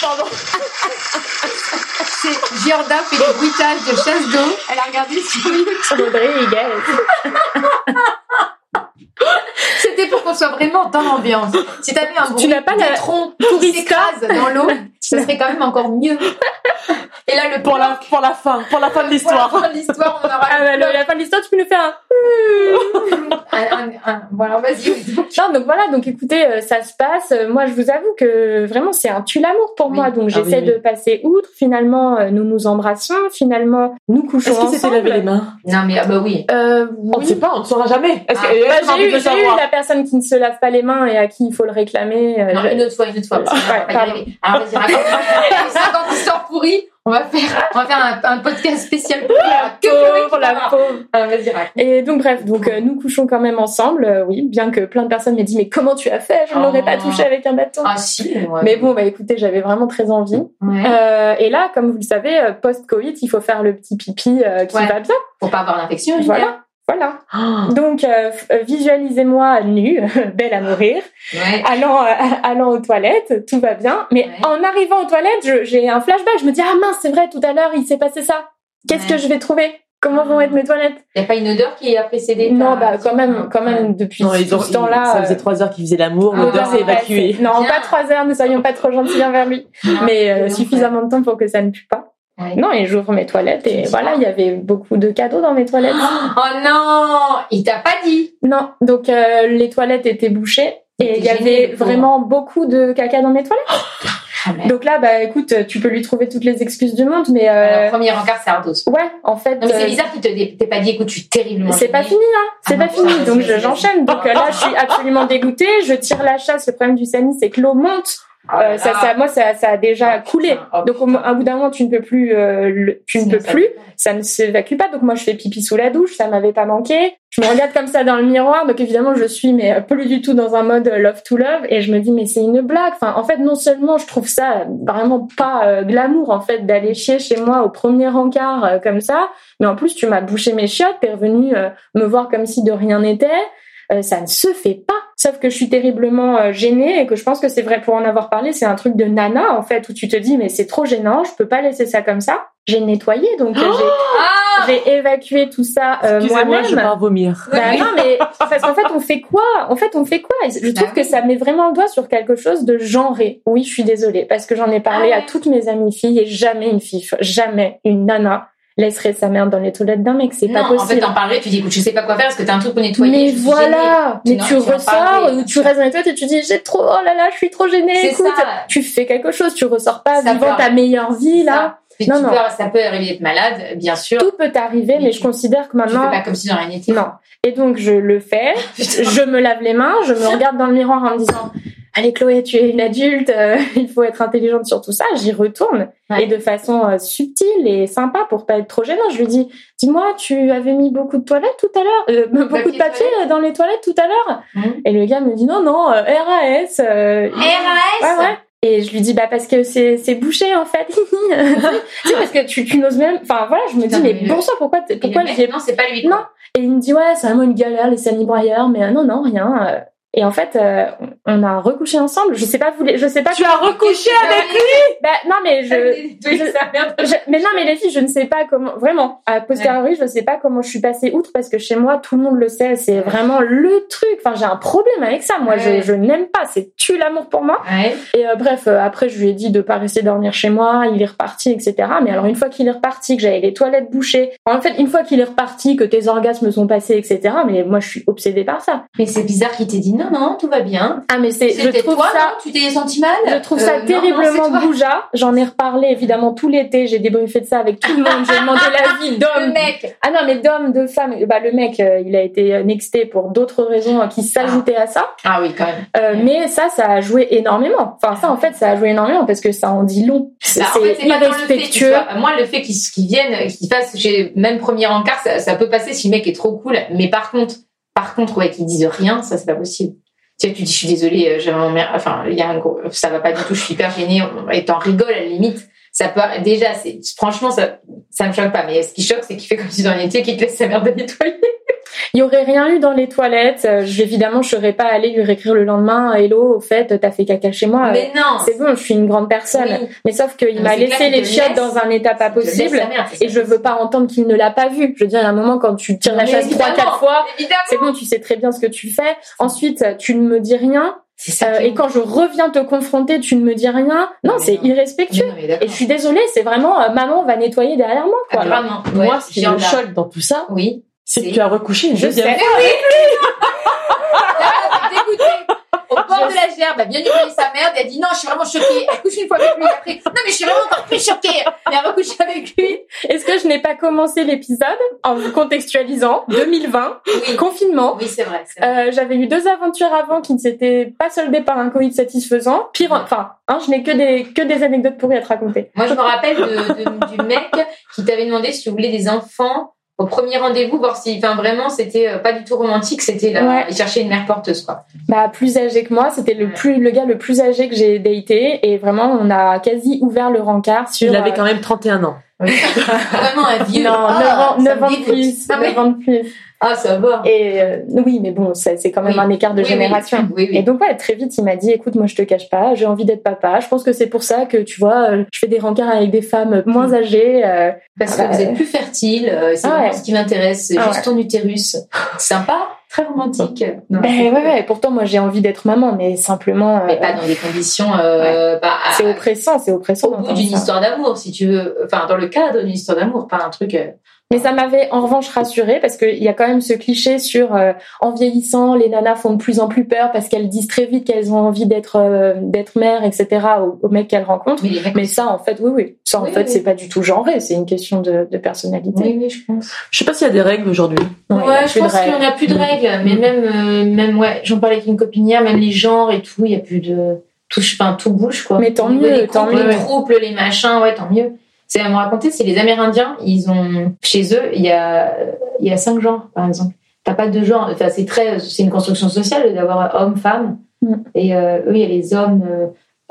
[SPEAKER 1] Pardon. C'est Giorda fait des bruitages de chasse d'eau. Elle a regardé sur YouTube.
[SPEAKER 3] Audrey et Gaël.
[SPEAKER 1] C'était pour qu'on soit vraiment dans l'ambiance. Si t'avais un
[SPEAKER 3] Tu
[SPEAKER 1] bruit
[SPEAKER 3] n'as pas la
[SPEAKER 1] tronc qui
[SPEAKER 3] tourista
[SPEAKER 1] s'écrase dans l'eau, ce serait quand même encore mieux. Et là, le
[SPEAKER 2] Pour la, pour la fin, pour la fin de l'histoire.
[SPEAKER 1] Pour la fin de l'histoire, on aura
[SPEAKER 3] Ah bah, le- la fin de l'histoire, tu peux nous faire un.
[SPEAKER 1] un, un- un- Voilà, vas-y.
[SPEAKER 3] Non, donc voilà, donc écoutez, euh, ça se passe. Euh, Moi, je vous avoue que vraiment, c'est un tue l'amour pour
[SPEAKER 1] Oui.
[SPEAKER 3] moi. Donc
[SPEAKER 2] Ah
[SPEAKER 3] j'essaie
[SPEAKER 2] oui, oui.
[SPEAKER 3] de passer outre. Finalement, euh, nous nous embrassons. Finalement, nous couchons
[SPEAKER 2] Est-ce qu'il s'était
[SPEAKER 3] ensemble.
[SPEAKER 2] lavé les mains
[SPEAKER 1] Non, mais ah bah oui.
[SPEAKER 3] Euh,
[SPEAKER 2] On ne
[SPEAKER 3] oui.
[SPEAKER 2] sait pas, on ne saura jamais. Est-ce que
[SPEAKER 1] Ah,
[SPEAKER 2] eh,
[SPEAKER 3] Bah,
[SPEAKER 2] j'ai envie
[SPEAKER 3] j'ai
[SPEAKER 2] de
[SPEAKER 3] eu, j'ai eu
[SPEAKER 2] savoir.
[SPEAKER 3] la personne qui ne se lave pas les mains et à qui il faut le réclamer. euh,
[SPEAKER 1] Non,
[SPEAKER 3] je- Ah,
[SPEAKER 1] une autre fois, une autre fois. parce que sinon, on va pas y
[SPEAKER 3] pardon.
[SPEAKER 1] arriver. Alors, vas-y, raconte. 50 histoires pourries. On va faire, on va faire un, un podcast spécial pour la Ah,
[SPEAKER 3] Pauvre, la pauvre.
[SPEAKER 1] Vas-y, raconte.
[SPEAKER 3] Et donc bref, donc euh, nous couchons quand même ensemble, euh, oui, bien que plein de personnes m'aient dit mais comment tu as fait Je ne l'aurais pas
[SPEAKER 1] Oh.
[SPEAKER 3] touché avec un bâton.
[SPEAKER 1] Ah si, ouais.
[SPEAKER 3] Mais bon, bah écoutez, j'avais vraiment très envie.
[SPEAKER 1] Ouais.
[SPEAKER 3] Euh, et là, comme vous le savez, euh, post-Covid, il faut faire le petit pipi euh, qui
[SPEAKER 1] Ouais.
[SPEAKER 3] va bien.
[SPEAKER 1] Pour pas avoir l'infection,
[SPEAKER 3] Voilà. Voilà.
[SPEAKER 2] Ah,
[SPEAKER 3] Donc euh, f- euh, visualisez-moi nue, belle à mourir,
[SPEAKER 1] je veux dire. Ouais.
[SPEAKER 3] allant euh, allant aux toilettes, tout va bien. Mais
[SPEAKER 1] Ouais.
[SPEAKER 3] en arrivant aux toilettes, je- j'ai un flashback. Je me dis ah mince, c'est vrai, tout à l'heure il s'est passé ça. Qu'est-ce
[SPEAKER 1] Ouais.
[SPEAKER 3] que je vais trouver Comment vont être mes toilettes
[SPEAKER 1] Y a pas une odeur qui a précédé ta-
[SPEAKER 3] Non, bah quand même, quand même depuis
[SPEAKER 2] Non, ils
[SPEAKER 3] tout
[SPEAKER 2] ont,
[SPEAKER 3] ce temps-là.
[SPEAKER 2] ça
[SPEAKER 3] euh,
[SPEAKER 2] faisait trois heures qu'ils faisaient l'amour,
[SPEAKER 1] Ah,
[SPEAKER 2] l'odeur s'est
[SPEAKER 1] ouais,
[SPEAKER 2] évacuée.
[SPEAKER 3] Non,
[SPEAKER 1] Bien.
[SPEAKER 3] pas trois heures, ne soyons pas trop gentils envers lui,
[SPEAKER 1] Non,
[SPEAKER 3] mais euh,
[SPEAKER 1] non,
[SPEAKER 3] suffisamment de temps pour que ça ne pue pas.
[SPEAKER 1] Ouais.
[SPEAKER 3] Non, et j'ouvre mes toilettes et
[SPEAKER 1] Tu dis
[SPEAKER 3] voilà, il y avait beaucoup de cadeaux dans mes toilettes.
[SPEAKER 1] ouais. Oh non Il t'a pas dit
[SPEAKER 3] non, donc euh, les toilettes étaient bouchées et
[SPEAKER 1] T'es
[SPEAKER 3] il y
[SPEAKER 1] gênée,
[SPEAKER 3] avait
[SPEAKER 1] le pauvre.
[SPEAKER 3] vraiment beaucoup de caca dans mes toilettes.
[SPEAKER 1] Ah, merde.
[SPEAKER 3] Donc là, bah écoute, tu peux lui trouver toutes les excuses du monde, mais
[SPEAKER 1] Alors,
[SPEAKER 3] euh,
[SPEAKER 1] Premier encart, c'est Ardos.
[SPEAKER 3] ouais, en fait.
[SPEAKER 1] Non, mais c'est
[SPEAKER 3] euh,
[SPEAKER 1] bizarre qu'il te dé- t'ait pas dit, écoute, je suis terriblement.
[SPEAKER 3] C'est pas fini, hein. C'est
[SPEAKER 1] Ah
[SPEAKER 3] pas
[SPEAKER 1] non,
[SPEAKER 3] fini.
[SPEAKER 1] vas-y,
[SPEAKER 3] Donc
[SPEAKER 1] vas-y,
[SPEAKER 3] je-
[SPEAKER 1] vas-y.
[SPEAKER 3] j'enchaîne. Donc euh, là, je suis absolument dégoûtée. Je tire la chasse. Le problème du Sani, c'est que l'eau monte.
[SPEAKER 1] Oh là
[SPEAKER 3] Euh, ça,
[SPEAKER 1] là.
[SPEAKER 3] ça, moi, ça, ça a déjà
[SPEAKER 1] Ah,
[SPEAKER 3] coulé.
[SPEAKER 1] putain, oh,
[SPEAKER 3] Donc au, mo- à bout d'un moment, tu ne peux plus, euh, le- tu ne
[SPEAKER 1] Sinon,
[SPEAKER 3] peux
[SPEAKER 1] ça-
[SPEAKER 3] plus. Ça ne s'évacue pas. Donc moi, je fais pipi sous la douche. Ça m'avait pas manqué. Je me regarde comme ça dans le miroir. Donc évidemment, je suis mais euh, plus du tout dans un mode euh, love to love. Et je me dis mais c'est une blague. Enfin, en fait, non seulement je trouve ça vraiment pas euh, glamour en fait d'aller chier chez moi au premier encart euh, comme ça, mais en plus tu m'as bouché mes chiottes. T'es revenu euh, me voir comme si de rien n'était. Euh, ça ne se fait pas. Sauf que je suis terriblement euh, gênée et que je pense que c'est vrai pour en avoir parlé, c'est un truc de nana en fait où tu te dis mais c'est trop gênant, je peux pas laisser ça comme ça. J'ai nettoyé donc euh, j'ai-
[SPEAKER 1] Ah
[SPEAKER 3] j'ai évacué tout ça euh,
[SPEAKER 2] Excusez-moi, je
[SPEAKER 3] moi-même.
[SPEAKER 2] pars vomir.
[SPEAKER 3] Bah
[SPEAKER 1] Oui.
[SPEAKER 3] non mais parce qu'en fait on fait quoi En fait on fait quoi Et Je trouve
[SPEAKER 1] Bah
[SPEAKER 3] que ça met vraiment le doigt sur quelque chose de genré. Oui, je suis désolée parce que j'en ai parlé
[SPEAKER 1] Ah
[SPEAKER 3] à
[SPEAKER 1] ouais.
[SPEAKER 3] toutes mes amies filles et jamais une fille, jamais une nana laisserait sa mère dans les toilettes d'un mec, c'est
[SPEAKER 1] Non,
[SPEAKER 3] pas
[SPEAKER 1] En fait,
[SPEAKER 3] possible.
[SPEAKER 1] t'en parlerais, tu dis, écoute, je sais pas quoi faire parce que t'as un truc pour nettoyer.
[SPEAKER 3] Mais
[SPEAKER 1] je suis
[SPEAKER 3] voilà,
[SPEAKER 1] gênée.
[SPEAKER 3] mais
[SPEAKER 1] Non,
[SPEAKER 3] tu
[SPEAKER 1] tu vas
[SPEAKER 3] ressors
[SPEAKER 1] parler.
[SPEAKER 3] ou tu restes dans les toilettes et tu dis j'ai trop, oh là là, je suis trop
[SPEAKER 1] gênée.
[SPEAKER 3] gênée.
[SPEAKER 1] C'est
[SPEAKER 3] Écoute,
[SPEAKER 1] ça.
[SPEAKER 3] tu fais quelque chose, tu ressors pas
[SPEAKER 1] Ça
[SPEAKER 3] vivant
[SPEAKER 1] part.
[SPEAKER 3] ta meilleure vie là.
[SPEAKER 1] Ça. Puis
[SPEAKER 3] Non,
[SPEAKER 1] tu
[SPEAKER 3] non.
[SPEAKER 1] peux- ça peut arriver d'être malade, bien sûr.
[SPEAKER 3] Tout peut arriver,
[SPEAKER 1] Mais
[SPEAKER 3] mais
[SPEAKER 1] tu-
[SPEAKER 3] je considère
[SPEAKER 1] Tu
[SPEAKER 3] que
[SPEAKER 1] fais
[SPEAKER 3] maintenant
[SPEAKER 1] pas comme si de rien n'était.
[SPEAKER 3] non. Et donc je le fais,
[SPEAKER 1] Putain.
[SPEAKER 3] je me lave les mains, je me regarde dans le miroir en me disant allez Chloé, tu es une adulte, euh, il faut être intelligente sur tout ça. J'y retourne
[SPEAKER 1] Ouais.
[SPEAKER 3] et de façon euh, subtile et sympa pour pas être trop gênant, je lui dis dis-moi, tu avais mis beaucoup de toilettes tout à l'heure, euh,
[SPEAKER 1] Bah,
[SPEAKER 3] beaucoup de papier euh, dans les toilettes tout à l'heure.
[SPEAKER 1] Mhm.
[SPEAKER 3] Et le gars me dit non, non, euh, RAS. euh,
[SPEAKER 1] RAS
[SPEAKER 3] Ouais, ouais. Et je lui dis, bah, parce que c'est c'est bouché, en fait. tu sais, parce que tu, tu n'oses même. Enfin, voilà, je me
[SPEAKER 1] Putain,
[SPEAKER 3] dis, mais
[SPEAKER 1] mais le-
[SPEAKER 3] bon sang, pourquoi, t'es-
[SPEAKER 1] Et le
[SPEAKER 3] pourquoi
[SPEAKER 1] mec,
[SPEAKER 3] j'y ai-
[SPEAKER 1] Non, c'est pas lui.
[SPEAKER 3] Non. Et il me dit, ouais, c'est vraiment une galère, les sanibroyeurs, mais euh, non, non, rien. euh. Et en fait, euh, on on a recouché ensemble. Je sais pas, vous les- je sais pas.
[SPEAKER 2] Tu as recouché avec lui
[SPEAKER 3] Bah, non, mais je.
[SPEAKER 1] je... sa merde.
[SPEAKER 3] je- mais non, mais les filles, je ne sais pas comment, vraiment, a posteriori, je ne sais pas comment je suis passée outre parce que chez moi, tout le monde le sait, c'est vraiment le truc. Enfin, j'ai un problème avec ça. Moi,
[SPEAKER 1] Ouais.
[SPEAKER 3] je, je n'aime pas. C'est tue l'amour pour moi.
[SPEAKER 1] Ouais.
[SPEAKER 3] Et euh, bref, euh, après, je lui ai dit de pas rester dormir chez moi, il est reparti, etc. Mais alors, une fois qu'il est reparti, que j'avais les toilettes bouchées, en fait, une fois qu'il est reparti, que tes orgasmes sont passés, etc., mais moi, je suis obsédée par ça.
[SPEAKER 1] Mais c'est bizarre qu'il t'ait dit non, non, tout va bien.
[SPEAKER 3] Ah, mais c'est, je
[SPEAKER 1] C'était
[SPEAKER 3] trouve
[SPEAKER 1] toi,
[SPEAKER 3] ça,
[SPEAKER 1] non Tu t'es senti mal
[SPEAKER 3] je trouve ça
[SPEAKER 1] Euh, non, non,
[SPEAKER 3] terriblement
[SPEAKER 1] c'est toi.
[SPEAKER 3] boujat. J'en ai reparlé, évidemment, tout l'été, j'ai débriefé de ça avec tout le monde, j'ai demandé l'avis
[SPEAKER 1] Le
[SPEAKER 3] d'hommes.
[SPEAKER 1] mec
[SPEAKER 3] Ah non, mais d'hommes, de femmes, bah, le mec, euh, il a été nexté pour d'autres raisons euh, qui s'ajoutaient à ça.
[SPEAKER 1] Ah oui, quand même.
[SPEAKER 3] Euh, mais ça, ça a joué énormément. Enfin, ça, en fait, ça a joué énormément parce que ça en dit long. C'est
[SPEAKER 1] Bah, en fait, c'est pas dans le fait, tu
[SPEAKER 3] irrespectueux.
[SPEAKER 1] vois. Moi, le fait qu'ils qu'ils viennent, qu'ils fassent, j'ai- même premier encart, ça, ça peut passer si le mec est trop cool. Mais par contre, par contre, ouais, qu'ils disent rien, ça, c'est pas possible. Tu sais, tu dis, je suis désolée, euh, j'ai vraiment mer- Enfin, il y a un gros- ça va pas du tout, je suis hyper gênée. Et t'en rigoles à la limite. ça peut arri- déjà, c'est- franchement, ça, ça me choque pas. Mais ce qui choque, c'est qu'il fait comme si dans un étier qui te laisse sa merde à nettoyer.
[SPEAKER 3] Il y aurait rien eu dans les toilettes. Euh, je- évidemment, je serais pas allée lui réécrire le lendemain. Hello, au fait, t'as fait caca chez moi.
[SPEAKER 1] mais non.
[SPEAKER 3] C'est bon, je suis une grande personne.
[SPEAKER 1] oui,
[SPEAKER 3] Mais sauf qu'il
[SPEAKER 1] Non,
[SPEAKER 3] m'a
[SPEAKER 1] c'est clair
[SPEAKER 3] laissé
[SPEAKER 1] qu'il
[SPEAKER 3] les
[SPEAKER 1] te
[SPEAKER 3] chiottes
[SPEAKER 1] laisse.
[SPEAKER 3] dans un état pas
[SPEAKER 1] il te laisse
[SPEAKER 3] possible.
[SPEAKER 1] sa merde, c'est
[SPEAKER 3] Et je veux pas entendre qu'il ne l'a pas vu. Je veux dire, il y a un moment quand tu tires la
[SPEAKER 1] Mais
[SPEAKER 3] chasse trois,
[SPEAKER 1] évidemment.
[SPEAKER 3] quatre fois,
[SPEAKER 1] ça. Évidemment.
[SPEAKER 3] c'est bon, tu sais très bien ce que tu fais. Ensuite, tu ne me dis rien.
[SPEAKER 1] C'est
[SPEAKER 3] Euh,
[SPEAKER 1] ça.
[SPEAKER 3] et quand je reviens te confronter, tu ne me dis rien. Non,
[SPEAKER 1] Mais
[SPEAKER 3] c'est
[SPEAKER 1] non.
[SPEAKER 3] irrespectueux. Et je suis désolée, c'est vraiment euh, maman va nettoyer derrière moi. Quoi.
[SPEAKER 1] Ah, Vraiment.
[SPEAKER 2] Moi, ce qui me choque dans tout ça,
[SPEAKER 1] Oui.
[SPEAKER 2] c'est que
[SPEAKER 1] C'est-
[SPEAKER 2] tu as recouché une
[SPEAKER 3] Je
[SPEAKER 2] deuxième
[SPEAKER 3] sais.
[SPEAKER 1] Mais Eh oui. Là, elle était dégoûtée. Au bord de la gerbe, elle vient nettoyer sa merde. Elle dit non, je suis vraiment choquée. Elle couche une fois avec lui. Après, non, mais je suis vraiment encore plus choquée. Elle a recouché avec lui.
[SPEAKER 3] Est-ce que je n'ai pas commencé l'épisode en vous contextualisant 2020,
[SPEAKER 1] Oui.
[SPEAKER 3] confinement
[SPEAKER 1] Oui, c'est vrai. c'est vrai.
[SPEAKER 3] Euh, j'avais eu deux aventures avant qui ne s'étaient pas soldées par un Covid satisfaisant. Pire, enfin, hein, je n'ai que des, que des anecdotes pourries à te raconter.
[SPEAKER 1] Moi, je me rappelle de- de- du mec qui t'avait demandé si tu voulais des enfants au premier rendez-vous, voir si, enfin, vraiment, c'était euh, pas du tout romantique, c'était là,
[SPEAKER 3] Ouais.
[SPEAKER 1] il cherchait une mère porteuse, quoi.
[SPEAKER 3] Bah, plus âgé que moi, c'était le
[SPEAKER 1] Ouais.
[SPEAKER 3] plus, le gars le plus âgé que j'ai daté et vraiment, on a quasi ouvert le rencard sur.
[SPEAKER 2] Il avait
[SPEAKER 3] euh,
[SPEAKER 2] quand même 31 ans.
[SPEAKER 1] Vraiment un vieux.
[SPEAKER 3] Non,
[SPEAKER 1] Ah,
[SPEAKER 3] 9
[SPEAKER 1] ça me
[SPEAKER 3] euh, ans, 9 ans de
[SPEAKER 1] dégoûte.
[SPEAKER 3] plus.
[SPEAKER 1] Ah, mais-
[SPEAKER 3] 9 ans de plus.
[SPEAKER 1] ah, ça va.
[SPEAKER 3] Et euh, oui, mais bon, ça, c'est quand même
[SPEAKER 1] Oui.
[SPEAKER 3] un écart de
[SPEAKER 1] Oui, oui,
[SPEAKER 3] génération.
[SPEAKER 1] Oui, oui.
[SPEAKER 3] Et donc, ouais, très vite, il m'a dit, écoute, moi, je te cache pas, j'ai envie d'être papa. Je pense que c'est pour ça que, tu vois, euh, je fais des rencarts avec des femmes moins
[SPEAKER 1] Mm.
[SPEAKER 3] âgées. euh,
[SPEAKER 1] Parce
[SPEAKER 3] bah,
[SPEAKER 1] que vous êtes plus fertile, euh, c'est
[SPEAKER 3] Ah
[SPEAKER 1] vraiment
[SPEAKER 3] ouais.
[SPEAKER 1] ce qui m'intéresse, c'est
[SPEAKER 3] Ah
[SPEAKER 1] juste ton utérus. Sympa, très romantique. Non,
[SPEAKER 3] Ben
[SPEAKER 1] c'est-
[SPEAKER 3] ouais, ouais, pourtant moi j'ai envie d'être maman, mais simplement. euh,
[SPEAKER 1] Mais pas dans des conditions. euh, bah, à-
[SPEAKER 3] C'est oppressant, c'est oppressant.
[SPEAKER 1] au bout
[SPEAKER 3] d'entendre
[SPEAKER 1] d'une
[SPEAKER 3] ça.
[SPEAKER 1] histoire d'amour, si tu veux. Enfin, dans le cadre d'une histoire d'amour, pas un truc. euh,
[SPEAKER 3] Mais ça m'avait en revanche rassurée parce qu'il y a quand même ce cliché sur euh, en vieillissant, les nanas font de plus en plus peur parce qu'elles disent très vite qu'elles ont envie d'être euh, d'être mère, etc. aux, aux mecs qu'elles rencontrent.
[SPEAKER 1] Mais les mecs.
[SPEAKER 3] Mais ça, en fait, oui, oui. Ça, en
[SPEAKER 1] Oui,
[SPEAKER 3] fait,
[SPEAKER 1] oui.
[SPEAKER 3] c'est pas du tout genré, c'est une question de, de personnalité.
[SPEAKER 1] Oui, oui, je pense.
[SPEAKER 2] Je sais pas s'il y a des règles aujourd'hui.
[SPEAKER 1] Ouais,
[SPEAKER 3] il y a plus
[SPEAKER 1] je
[SPEAKER 3] de
[SPEAKER 1] pense qu'il
[SPEAKER 3] règles.
[SPEAKER 1] n'y a plus de
[SPEAKER 2] Mm.
[SPEAKER 1] règles. Mais
[SPEAKER 2] Mm.
[SPEAKER 1] même, euh, même ouais, j'en parlais avec une copine hier, même les genres et tout, il n'y a plus de. Tout, enfin, tout bouge, quoi.
[SPEAKER 3] Mais tant
[SPEAKER 1] Au niveau
[SPEAKER 3] mieux,
[SPEAKER 1] des
[SPEAKER 3] tant
[SPEAKER 1] couples,
[SPEAKER 3] mieux.
[SPEAKER 1] Les troubles, les machins, ouais, tant mieux. C'est à me raconter, c'est les Amérindiens, ils ont. Chez eux, il y a, il y a cinq genres, par exemple. T'as pas deux genres. Enfin, c'est très. C'est une construction sociale d'avoir homme, femme.
[SPEAKER 3] Mm.
[SPEAKER 1] Et euh, eux, il y a les hommes. euh,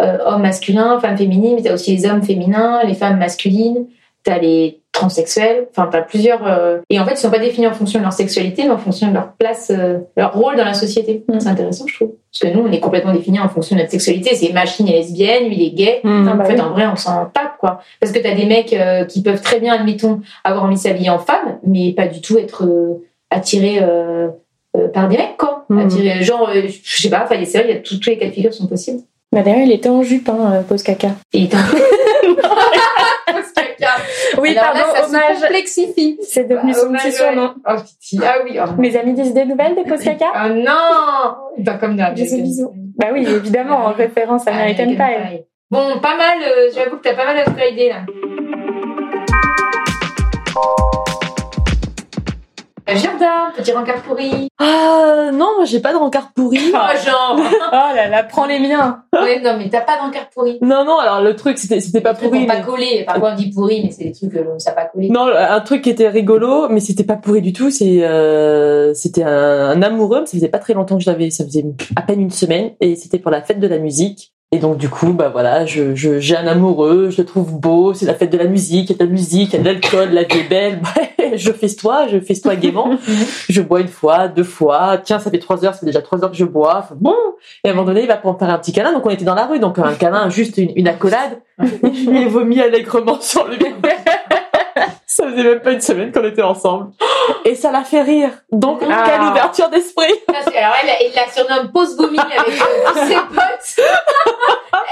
[SPEAKER 1] euh, hommes masculins, femmes féminines, mais t'as aussi les hommes féminins, les femmes masculines t'as les transsexuels, enfin t'as plusieurs euh, et en fait ils sont pas définis en fonction de leur sexualité mais en fonction de leur place, euh, leur rôle dans la société.
[SPEAKER 3] Mm.
[SPEAKER 1] C'est intéressant je trouve parce que nous on est complètement définis en fonction de notre sexualité. C'est machine est lesbienne, lui il est gay.
[SPEAKER 3] Ah bah
[SPEAKER 1] En fait
[SPEAKER 3] oui.
[SPEAKER 1] en vrai on s'en tape quoi parce que t'as des mecs euh, qui peuvent très bien admettons avoir envie de s'habiller en femme mais pas du tout être euh, attirés euh, euh, par des mecs quoi.
[SPEAKER 2] Mm.
[SPEAKER 1] Attirés, genre euh, je sais pas, enfin c'est vrai il y a tout- tous les cas de figure sont possibles.
[SPEAKER 3] Bah, D'ailleurs, il était en jupe, hein, euh, pose caca.
[SPEAKER 1] Et t'as
[SPEAKER 3] Oui,
[SPEAKER 1] Alors là,
[SPEAKER 3] pardon,
[SPEAKER 1] ça se
[SPEAKER 3] hommage.
[SPEAKER 1] complexifie.
[SPEAKER 3] C'est devenu
[SPEAKER 1] Bah,
[SPEAKER 3] son
[SPEAKER 1] hommage,
[SPEAKER 3] petit
[SPEAKER 1] ouais.
[SPEAKER 3] surnom.
[SPEAKER 1] Oh, putain. Ah oui, oh,
[SPEAKER 3] Mes amis disent des nouvelles des pose caca
[SPEAKER 1] Ah non Bah, Comme d'hab.
[SPEAKER 3] Bisous,
[SPEAKER 1] American
[SPEAKER 3] bisous.
[SPEAKER 1] Pie.
[SPEAKER 3] Bah oui, évidemment, en référence à American
[SPEAKER 1] Ah,
[SPEAKER 3] Pie.
[SPEAKER 1] Bon, pas mal, euh, j'avoue que t'as pas mal upgradé là. Euh, Jardin, petit rencard pourri.
[SPEAKER 2] Ah non, moi j'ai pas de rencard pourri.
[SPEAKER 1] Oh, genre
[SPEAKER 3] Oh là là, prends les miens.
[SPEAKER 1] Ouais, non, mais t'as pas d'encart pourri.
[SPEAKER 2] Non, non, alors le truc, c'était c'était pas
[SPEAKER 1] Des trucs
[SPEAKER 2] pourri.
[SPEAKER 1] ont pas
[SPEAKER 2] mais-
[SPEAKER 1] collé. Parfois, on dit pourri, mais c'est des trucs que ça a pas collé.
[SPEAKER 2] Non, un truc qui était rigolo, mais c'était pas pourri du tout. C'est, euh, c'était un, un amoureux. mais Ça faisait pas très longtemps que je l'avais. Ça faisait à peine une semaine, et c'était pour la fête de la musique. Et donc du coup, bah voilà, je, je- j'ai un amoureux, je le trouve beau. C'est la fête de la musique, il y a de la musique, il y a de l'alcool, la vie est belle. je festoie, je festoie gaiement. je bois une fois, deux fois. Tiens, ça fait trois heures, ça fait déjà trois heures que je bois. Enfin, bon. Et à un moment donné, il va pour me faire un petit câlin. Donc on était dans la rue, donc un câlin, juste une, une accolade. Et je lui ai vomi allègrement sur le ça faisait même pas une semaine qu'on était ensemble. Et ça l'a fait rire. Donc,
[SPEAKER 1] Ah.
[SPEAKER 2] quelle ouverture d'esprit.
[SPEAKER 1] Ça, c'est- Alors, elle, elle la surnomme Pose Vomi avec euh, tous ses potes.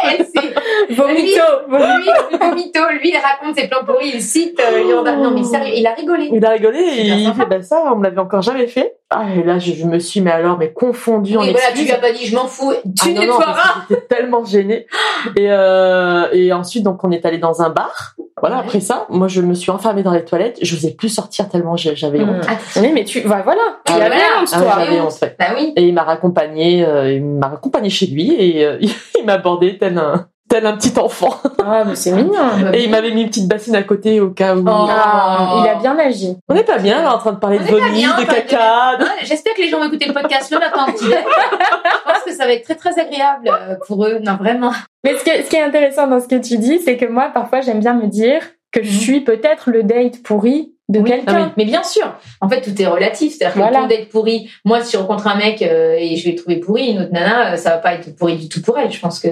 [SPEAKER 1] elle, c'est
[SPEAKER 3] Vomito, vomito.
[SPEAKER 1] Lui, le vomito, lui, il raconte ses plans pourris, il cite euh, Léonard. Non, mais sérieux, il a rigolé.
[SPEAKER 2] Il a rigolé
[SPEAKER 1] C'est
[SPEAKER 2] et
[SPEAKER 1] bien
[SPEAKER 2] il
[SPEAKER 1] sympa.
[SPEAKER 2] fait, bah ça, on me l'avait encore jamais fait. Ah, et là, je, je me suis, mais alors, mais confondue en
[SPEAKER 1] Oui, voilà, tu
[SPEAKER 2] excuses.
[SPEAKER 1] lui as pas dit, je m'en fous, tu
[SPEAKER 2] Ah
[SPEAKER 1] ne
[SPEAKER 2] non, non,
[SPEAKER 1] nettoieras.
[SPEAKER 2] parce que J'étais tellement gênée. Et, euh, et ensuite, donc, on est allé dans un bar. Voilà,
[SPEAKER 1] Ouais.
[SPEAKER 2] après ça, moi, je me suis enfermée dans les toilettes. Je n'osais plus sortir tellement j'ai- j'avais
[SPEAKER 1] Hmm.
[SPEAKER 2] honte.
[SPEAKER 3] Ah, Oui, mais tu, bah voilà, tu
[SPEAKER 1] Ah,
[SPEAKER 3] avais
[SPEAKER 1] voilà.
[SPEAKER 3] honte,
[SPEAKER 2] Ah,
[SPEAKER 3] toi.
[SPEAKER 2] j'avais honte, ouais.
[SPEAKER 1] Bah oui.
[SPEAKER 2] Et il m'a raccompagné, euh, il m'a raccompagné chez lui et euh, il m'a abordé tel un, tel tel un petit enfant.
[SPEAKER 3] Ah, mais c'est mignon.
[SPEAKER 2] Et il m'avait mis une petite bassine à côté au cas où.
[SPEAKER 1] Oh.
[SPEAKER 3] Ah, il a bien agi.
[SPEAKER 2] On n'est pas bien là en train de parler
[SPEAKER 1] On
[SPEAKER 2] de
[SPEAKER 1] n'est pas
[SPEAKER 2] vomi,
[SPEAKER 1] bien,
[SPEAKER 2] de
[SPEAKER 1] pas de-
[SPEAKER 2] caca. de-
[SPEAKER 1] Ouais, J'espère que les gens vont écouter le podcast le matin en hiver. Je pense que ça va être très très agréable euh, pour eux. Non, vraiment.
[SPEAKER 3] Mais ce, que- ce qui est intéressant dans ce que tu dis, c'est que moi, parfois, j'aime bien me dire que je
[SPEAKER 1] Mhm.
[SPEAKER 3] suis peut-être le date pourri de
[SPEAKER 1] Oui, non, mais,
[SPEAKER 3] quelqu'un.
[SPEAKER 1] mais bien sûr, en fait, tout est relatif. C'est-à-dire que
[SPEAKER 3] Voilà.
[SPEAKER 1] le temps d'être pourri, moi, si je rencontre un mec euh, et je vais le trouver pourri, une autre nana, euh, ça va pas être pourri du tout pour elle. Je pense que.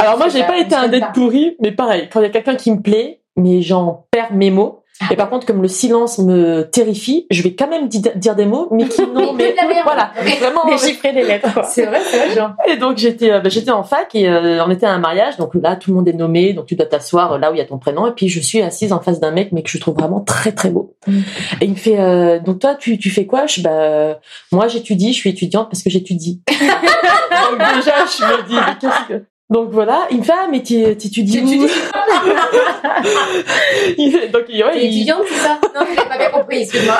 [SPEAKER 2] Alors moi, j'ai
[SPEAKER 1] ça
[SPEAKER 2] pas été un
[SPEAKER 1] fonctionne
[SPEAKER 2] date pourri, mais pareil, quand il y a quelqu'un qui me plaît, mais j'en perds mes mots.
[SPEAKER 1] Ah
[SPEAKER 2] Et par contre, comme le silence me terrifie, je vais quand même di- dire des mots, mais qui non,
[SPEAKER 1] Mais
[SPEAKER 2] mais
[SPEAKER 1] de la merde.
[SPEAKER 2] voilà, vraiment. euh,
[SPEAKER 3] Mais j'ai pris des lettres, quoi.
[SPEAKER 1] C'est vrai, c'est vrai, genre.
[SPEAKER 2] Et donc j'étais, euh, bah, j'étais en fac et euh, on était à un mariage, donc là tout le monde est nommé, donc tu dois t'asseoir euh, là où il y a ton prénom. Et puis je suis assise en face d'un mec, mais que je trouve vraiment très très beau.
[SPEAKER 1] Mm.
[SPEAKER 2] Et il me fait, euh, donc toi tu, tu fais quoi Je bah euh, moi j'étudie, je suis étudiante parce que j'étudie. donc déjà je me dis, mais qu'est-ce que donc voilà, il me fait ah mais t'é- t'étudies
[SPEAKER 1] Tu- tu
[SPEAKER 2] où Il- Donc ouais,
[SPEAKER 1] T'es
[SPEAKER 2] il,
[SPEAKER 1] étudiante, c'est ça Non, j'ai pas bien compris, excuse-moi.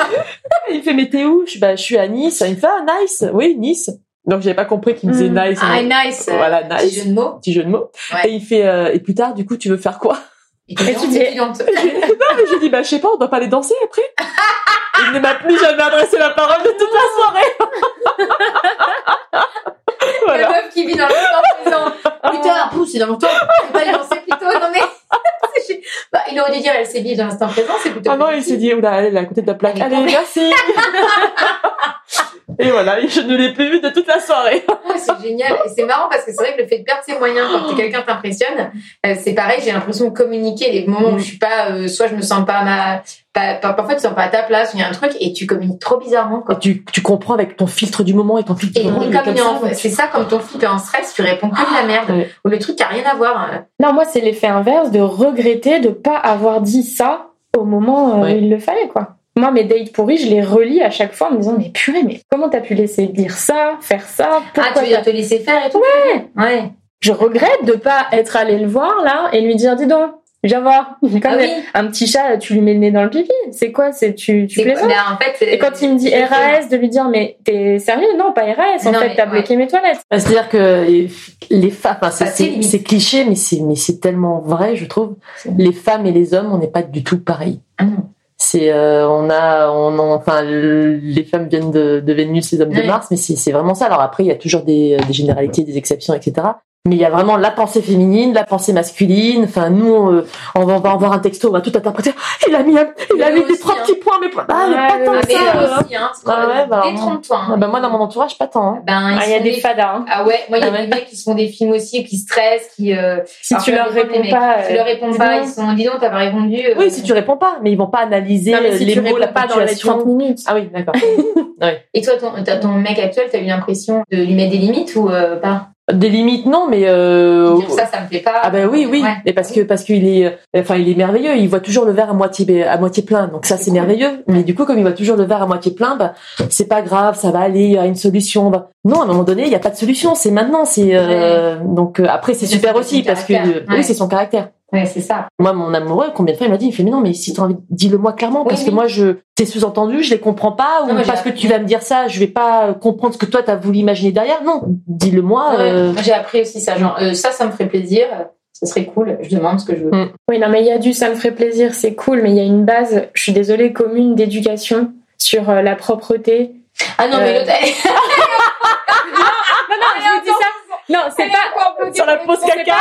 [SPEAKER 2] il me fait mais t'es où Je, bah, je suis à Nice. Il me fait ah nice, oui Nice. Donc j'avais pas compris qu'il me disait
[SPEAKER 3] Mm.
[SPEAKER 2] nice.
[SPEAKER 1] Ah, nice. euh,
[SPEAKER 2] Voilà
[SPEAKER 1] Petit
[SPEAKER 2] nice.
[SPEAKER 1] jeu de mots.
[SPEAKER 2] petit jeu de mots.
[SPEAKER 1] Ouais.
[SPEAKER 2] Et il fait euh, et plus tard du coup tu veux faire quoi
[SPEAKER 1] Étudiante,
[SPEAKER 3] Étudier.
[SPEAKER 1] étudiante.
[SPEAKER 2] Non mais j'ai dit bah je sais pas on doit pas aller danser après. Il ne m'a plus jamais adressé la parole de toute la soirée.
[SPEAKER 1] La
[SPEAKER 2] voilà.
[SPEAKER 1] meuf qui vit dans le temps présent. Putain, pousse, c'est dans longtemps. On va aller lancer plutôt. Non, mais. c'est- bah, il aurait dû dire, elle s'est dit dans l'instant présent, c'est plutôt.
[SPEAKER 2] Ah non il s'est dit oula elle est à côté de la plaque. Allez merci. et voilà et je ne l'ai plus vu de toute la soirée.
[SPEAKER 1] Ah, c'est génial. Et c'est marrant parce que c'est vrai que le fait de perdre ses moyens quand quelqu'un t'impressionne, euh, c'est pareil, j'ai l'impression de communiquer les moments où je suis pas, euh, soit je me sens pas à ma, pas, pas- parfois tu te sens pas à ta place, il y a un truc et tu communiques trop bizarrement,
[SPEAKER 2] Et
[SPEAKER 1] quoi.
[SPEAKER 2] tu, tu comprends avec ton filtre du moment et ton filtre
[SPEAKER 1] Et
[SPEAKER 2] du moment.
[SPEAKER 1] donc,
[SPEAKER 2] il est
[SPEAKER 1] comme il est en-
[SPEAKER 2] ça.
[SPEAKER 1] c'est ça, comme ton flip est en stress, tu réponds que de la merde.
[SPEAKER 2] Ouais.
[SPEAKER 1] Ou le truc qui a rien à voir. hein.
[SPEAKER 3] Non, moi, c'est l'effet inverse de regretter de pas avoir dit ça au moment euh, où
[SPEAKER 2] Ouais.
[SPEAKER 3] il le fallait, quoi. Moi, mes dates pourries, je les relis à chaque fois en me disant, mais purée, mais comment t'as pu laisser dire ça, faire ça
[SPEAKER 1] Ah,
[SPEAKER 3] Pourquoi
[SPEAKER 1] tu veux
[SPEAKER 3] t'as-
[SPEAKER 1] dire te laisser faire et tout? Ouais! Ouais.
[SPEAKER 3] Je regrette de pas être allée le voir, là, et lui dire, dis donc, viens voir. Comme
[SPEAKER 1] Ah oui.
[SPEAKER 3] un petit chat, tu lui mets le nez dans le pipi. C'est quoi C'est tu, tu
[SPEAKER 1] C'est
[SPEAKER 3] plaisantes
[SPEAKER 1] bah, en fait.
[SPEAKER 3] Et quand il me dit
[SPEAKER 1] c'est-
[SPEAKER 3] RAS, de lui dire, mais t'es sérieux Non, pas RAS, en
[SPEAKER 1] Non, mais-
[SPEAKER 3] fait, t'as bloqué mes toilettes.
[SPEAKER 2] Bah, C'est-à-dire que les femmes, enfin, c'est-
[SPEAKER 1] Ça, c'est
[SPEAKER 2] c'est
[SPEAKER 1] limite.
[SPEAKER 2] c'est cliché, mais c'est mais c'est tellement vrai, je trouve.
[SPEAKER 1] C'est-
[SPEAKER 2] Les femmes et les hommes, on n'est pas du tout pareil.
[SPEAKER 1] Ah non.
[SPEAKER 2] C'est euh, on a on en- enfin le- les femmes viennent de, de Vénus, les hommes
[SPEAKER 1] Ouais.
[SPEAKER 2] de Mars, mais c'est c'est vraiment ça. Alors après, il y a toujours des, des généralités, des exceptions, etc. Mais il y a vraiment la pensée féminine, la pensée masculine. Enfin, nous, on, euh, on va, on va en voir un texto, on va tout interpréter. Ah, Il a mis, un- il a
[SPEAKER 1] Mais
[SPEAKER 2] mis des
[SPEAKER 1] aussi,
[SPEAKER 2] trois
[SPEAKER 1] hein.
[SPEAKER 2] petits points, mais pas- ah, mais
[SPEAKER 3] Ouais,
[SPEAKER 2] pas
[SPEAKER 3] ouais,
[SPEAKER 2] tant
[SPEAKER 1] Ah,
[SPEAKER 2] que
[SPEAKER 1] mais
[SPEAKER 2] ça.
[SPEAKER 1] là
[SPEAKER 2] euh.
[SPEAKER 1] aussi, hein. c'est-
[SPEAKER 2] Ah ouais, bah,
[SPEAKER 1] Détrompe-toi. hein.
[SPEAKER 2] Ah, bah, moi, dans mon entourage, pas tant. hein.
[SPEAKER 1] Ben, ils
[SPEAKER 3] Ah, Il y a
[SPEAKER 1] sont
[SPEAKER 3] des
[SPEAKER 1] des-
[SPEAKER 3] fadas. hein.
[SPEAKER 1] Ah ouais, moi, il y a
[SPEAKER 2] Ah ouais.
[SPEAKER 1] des mecs qui se font des films aussi, qui stressent, qui. euh,
[SPEAKER 3] Si
[SPEAKER 1] Alors
[SPEAKER 3] tu
[SPEAKER 1] que
[SPEAKER 3] leur
[SPEAKER 1] des fois, les
[SPEAKER 3] réponds
[SPEAKER 1] mecs,
[SPEAKER 3] pas.
[SPEAKER 1] tu
[SPEAKER 3] euh,
[SPEAKER 1] leur réponds
[SPEAKER 3] dis
[SPEAKER 1] pas,
[SPEAKER 3] donc.
[SPEAKER 1] ils se sont dit non, t'as pas répondu. euh,
[SPEAKER 2] Oui, si tu réponds pas, mais ils vont pas analyser
[SPEAKER 3] Non, mais si
[SPEAKER 2] les
[SPEAKER 3] tu
[SPEAKER 2] mots, la
[SPEAKER 3] réponds pas dans les
[SPEAKER 2] ponctuation.
[SPEAKER 3] 30 minutes.
[SPEAKER 2] Ah oui, d'accord. Ouais.
[SPEAKER 1] Et toi, ton, t'as ton mec actuel, t'as eu l'impression de lui mettre des limites ou euh, pas
[SPEAKER 2] Des limites, non, mais euh...
[SPEAKER 1] Dire ça, ça me plaît pas.
[SPEAKER 2] ah ben oui, oui,
[SPEAKER 1] Ouais.
[SPEAKER 2] et parce que parce qu'il est, euh, enfin il est merveilleux. Il voit toujours le verre à moitié à moitié plein, donc ça
[SPEAKER 1] C'est
[SPEAKER 2] c'est
[SPEAKER 1] cool.
[SPEAKER 2] merveilleux. Mais du coup, comme il voit toujours le verre à moitié plein, bah, c'est pas grave, ça va aller, il y a une solution. Bah, non, à un moment donné, il n'y a pas de solution. C'est maintenant, c'est euh, donc euh, après c'est
[SPEAKER 1] C'est
[SPEAKER 2] super
[SPEAKER 1] son
[SPEAKER 2] aussi parce que
[SPEAKER 1] caractère.
[SPEAKER 2] oui,
[SPEAKER 1] Ouais.
[SPEAKER 2] c'est son caractère.
[SPEAKER 1] Ouais, c'est ça.
[SPEAKER 2] Moi, mon amoureux, combien de fois il m'a dit, il fait, mais non, mais si t'as envie, dis-le-moi clairement,
[SPEAKER 1] Oui,
[SPEAKER 2] parce que
[SPEAKER 1] oui.
[SPEAKER 2] moi, je, t'es sous-entendu, je les comprends pas, ou
[SPEAKER 1] Non, moi,
[SPEAKER 2] parce
[SPEAKER 1] j'ai
[SPEAKER 2] que tu vas me dire ça, je vais pas comprendre ce que toi t'as voulu imaginer derrière. Non, dis-le-moi.
[SPEAKER 1] Ah Ouais,
[SPEAKER 2] euh,
[SPEAKER 1] Moi, j'ai appris aussi ça. Genre, euh, ça, ça me ferait plaisir. euh, Ça serait cool. Je demande ce que je veux.
[SPEAKER 2] Mm.
[SPEAKER 3] Oui, non, mais il y a du ça me ferait plaisir, c'est cool, mais il y a une base, je suis désolée, commune d'éducation sur euh, la propreté.
[SPEAKER 1] Ah non, mais
[SPEAKER 3] Euh,
[SPEAKER 1] l'autre. elle-
[SPEAKER 3] Ah, bah Non, non, je vous dis ça. Non, c'est pas.
[SPEAKER 2] Sur la pause caca.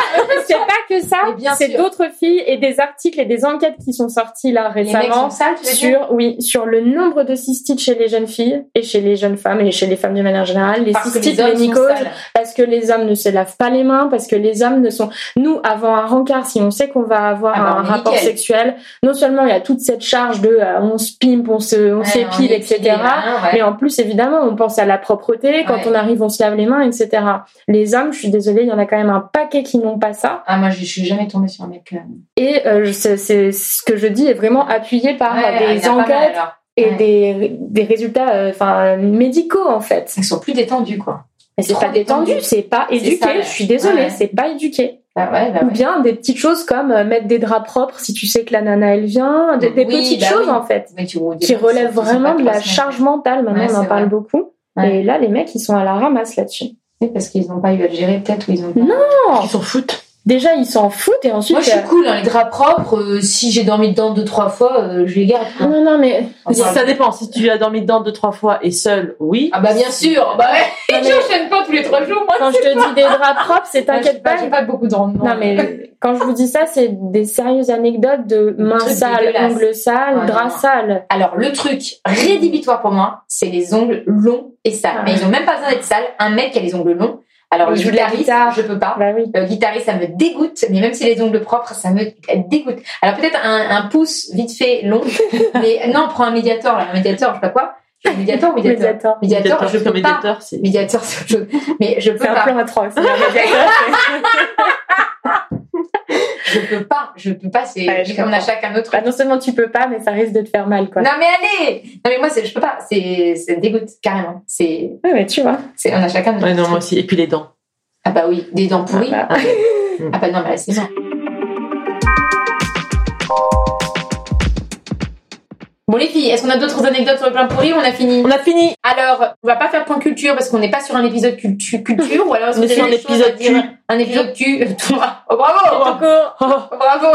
[SPEAKER 3] C'est pas que
[SPEAKER 1] Mais bien
[SPEAKER 3] ça, c'est
[SPEAKER 1] sûr.
[SPEAKER 3] d'autres filles et des articles et des enquêtes qui sont sorties là
[SPEAKER 1] Les mecs sont
[SPEAKER 3] récemment
[SPEAKER 1] sales, tu veux dire
[SPEAKER 3] sur oui sur le nombre de cystites chez les jeunes filles et chez les jeunes femmes et chez les femmes de manière générale, les
[SPEAKER 1] Parce que
[SPEAKER 3] cystites,
[SPEAKER 1] les hommes
[SPEAKER 3] les
[SPEAKER 1] sont
[SPEAKER 3] mycoses,
[SPEAKER 1] sales.
[SPEAKER 3] parce que les hommes ne se lavent pas les mains, parce que les hommes ne sont. Nous, avant un rencard, si on sait qu'on va avoir
[SPEAKER 1] Ah bah,
[SPEAKER 3] un
[SPEAKER 1] nickel.
[SPEAKER 3] rapport sexuel, non seulement il y a toute cette charge de euh, on se pimpe, on se, on
[SPEAKER 1] Ouais,
[SPEAKER 3] s'épile,
[SPEAKER 1] on est
[SPEAKER 3] etc.
[SPEAKER 1] épilés, hein, ouais.
[SPEAKER 3] Mais en plus, évidemment, on pense à la propreté. Quand
[SPEAKER 1] Ouais.
[SPEAKER 3] on arrive, on se lave les mains, etc. Les hommes, je suis désolée, il y en a quand même un paquet qui n'ont pas ça.
[SPEAKER 1] Ah, moi, je je suis jamais tombée sur un mec. euh,
[SPEAKER 3] Et euh, je- c'est, c'est- ce que je dis est vraiment appuyé par
[SPEAKER 1] ouais, il y
[SPEAKER 3] des
[SPEAKER 1] en a pas mal,
[SPEAKER 3] enquêtes
[SPEAKER 1] alors.
[SPEAKER 3] et
[SPEAKER 1] Ouais.
[SPEAKER 3] des, des résultats, euh, enfin médicaux en fait.
[SPEAKER 1] Ils sont plus détendus, quoi.
[SPEAKER 3] Mais c'est
[SPEAKER 1] Trop
[SPEAKER 3] pas détendu,
[SPEAKER 1] détendu.
[SPEAKER 3] c'est pas éduqué.
[SPEAKER 1] ça, ouais.
[SPEAKER 3] je suis désolée,
[SPEAKER 1] Ouais.
[SPEAKER 3] c'est pas éduqué.
[SPEAKER 1] Bah ouais, bah
[SPEAKER 3] Ou
[SPEAKER 1] ouais.
[SPEAKER 3] bien des petites choses comme euh, mettre des draps propres si tu sais que la nana elle vient, des, des
[SPEAKER 1] Oui,
[SPEAKER 3] petites
[SPEAKER 1] bah
[SPEAKER 3] choses
[SPEAKER 1] oui.
[SPEAKER 3] en fait,
[SPEAKER 1] Mais tu vois,
[SPEAKER 3] qui relèvent
[SPEAKER 1] ils sont pas
[SPEAKER 3] vraiment de
[SPEAKER 1] trois
[SPEAKER 3] la
[SPEAKER 1] semaines.
[SPEAKER 3] charge mentale. Maintenant
[SPEAKER 1] Ouais,
[SPEAKER 3] on en
[SPEAKER 1] c'est
[SPEAKER 3] parle
[SPEAKER 1] vrai.
[SPEAKER 3] beaucoup.
[SPEAKER 1] Ouais.
[SPEAKER 3] Et là les mecs ils sont à la ramasse là-dessus.
[SPEAKER 1] Oui, Parce qu'ils n'ont pas eu à le gérer, peut-être, ou ils ont pas-
[SPEAKER 3] Non.
[SPEAKER 2] Ils s'en foutent.
[SPEAKER 3] Déjà, ils s'en foutent et ensuite.
[SPEAKER 1] Moi, je
[SPEAKER 3] euh,
[SPEAKER 1] suis cool, hein, les draps propres, euh, si j'ai dormi dedans deux, trois fois, euh, je les garde. quoi.
[SPEAKER 3] Non, non, mais.
[SPEAKER 2] Si-
[SPEAKER 1] Enfin,
[SPEAKER 2] ça dépend. Si tu as dormi dedans deux trois fois et seul, oui.
[SPEAKER 1] bah Ah bah bien sûr, bah ouais,
[SPEAKER 3] mais-
[SPEAKER 1] j'enchaîne pas tous les trois jours, moi.
[SPEAKER 3] Quand je te dis des draps propres, c'est
[SPEAKER 1] Moi, j'ai
[SPEAKER 3] t'inquiète pas.
[SPEAKER 1] j'ai pas beaucoup de rendement.
[SPEAKER 3] Non, mais quand je vous dis ça, c'est des sérieuses anecdotes de mains
[SPEAKER 1] trucs
[SPEAKER 3] sales,
[SPEAKER 1] dégueulasses.
[SPEAKER 3] ongles sales,
[SPEAKER 1] Ah,
[SPEAKER 3] draps
[SPEAKER 1] non.
[SPEAKER 3] sales.
[SPEAKER 1] Alors, le truc rédhibitoire pour moi, c'est les ongles longs et sales.
[SPEAKER 3] Ah.
[SPEAKER 1] Mais ils ont même pas besoin d'être sales. Un mec qui a les ongles longs. Alors,
[SPEAKER 3] Il
[SPEAKER 1] le
[SPEAKER 3] joue de la
[SPEAKER 1] guitariste,
[SPEAKER 3] guitare.
[SPEAKER 1] je peux pas.
[SPEAKER 3] Bah oui.
[SPEAKER 1] Le guitariste, ça me dégoûte. Mais même si les ongles propres, ça me dégoûte. Alors, peut-être un, un pouce vite fait long. mais non, prends un médiator. là. Un médiator, je sais pas quoi. Je veux Un médiator ou médiator
[SPEAKER 3] Médiator.
[SPEAKER 1] Médiator, je
[SPEAKER 2] Médiateur,
[SPEAKER 1] peux
[SPEAKER 2] comme
[SPEAKER 1] pas.
[SPEAKER 2] médiateur, c'est.
[SPEAKER 1] Médiator, c'est autre chose. Mais je peux
[SPEAKER 3] C'est un
[SPEAKER 1] pas.
[SPEAKER 3] plan atroce. mais un médiateur, c'est-
[SPEAKER 1] Je peux pas. Je peux pas. C'est
[SPEAKER 3] Ouais, je
[SPEAKER 1] on a
[SPEAKER 3] comprends.
[SPEAKER 1] chacun notre
[SPEAKER 3] Bah, non seulement tu peux pas, mais ça risque de te faire mal, quoi.
[SPEAKER 1] Non mais allez Non mais moi c'est- je peux pas, c'est ça me dégoûte carrément. C'est
[SPEAKER 3] Ouais, mais tu vois.
[SPEAKER 1] c'est- on a chacun notre
[SPEAKER 2] Ouais, non,
[SPEAKER 1] truc.
[SPEAKER 2] moi aussi. Et puis les dents.
[SPEAKER 1] Ah bah oui, des dents pourries.
[SPEAKER 3] Ah
[SPEAKER 1] Ah, bah non mais là, c'est mort. Bon les filles, est-ce qu'on a d'autres anecdotes sur le plan pourri ou on a fini
[SPEAKER 2] On a fini.
[SPEAKER 1] Alors, on va pas faire point culture parce qu'on n'est pas sur un épisode cultu- culture ou alors est-ce
[SPEAKER 2] On est
[SPEAKER 1] que vous
[SPEAKER 2] sur un
[SPEAKER 1] avez des choses à
[SPEAKER 2] épisode
[SPEAKER 1] dire un épisode tu Oh bravo
[SPEAKER 2] Oh,
[SPEAKER 1] Bravo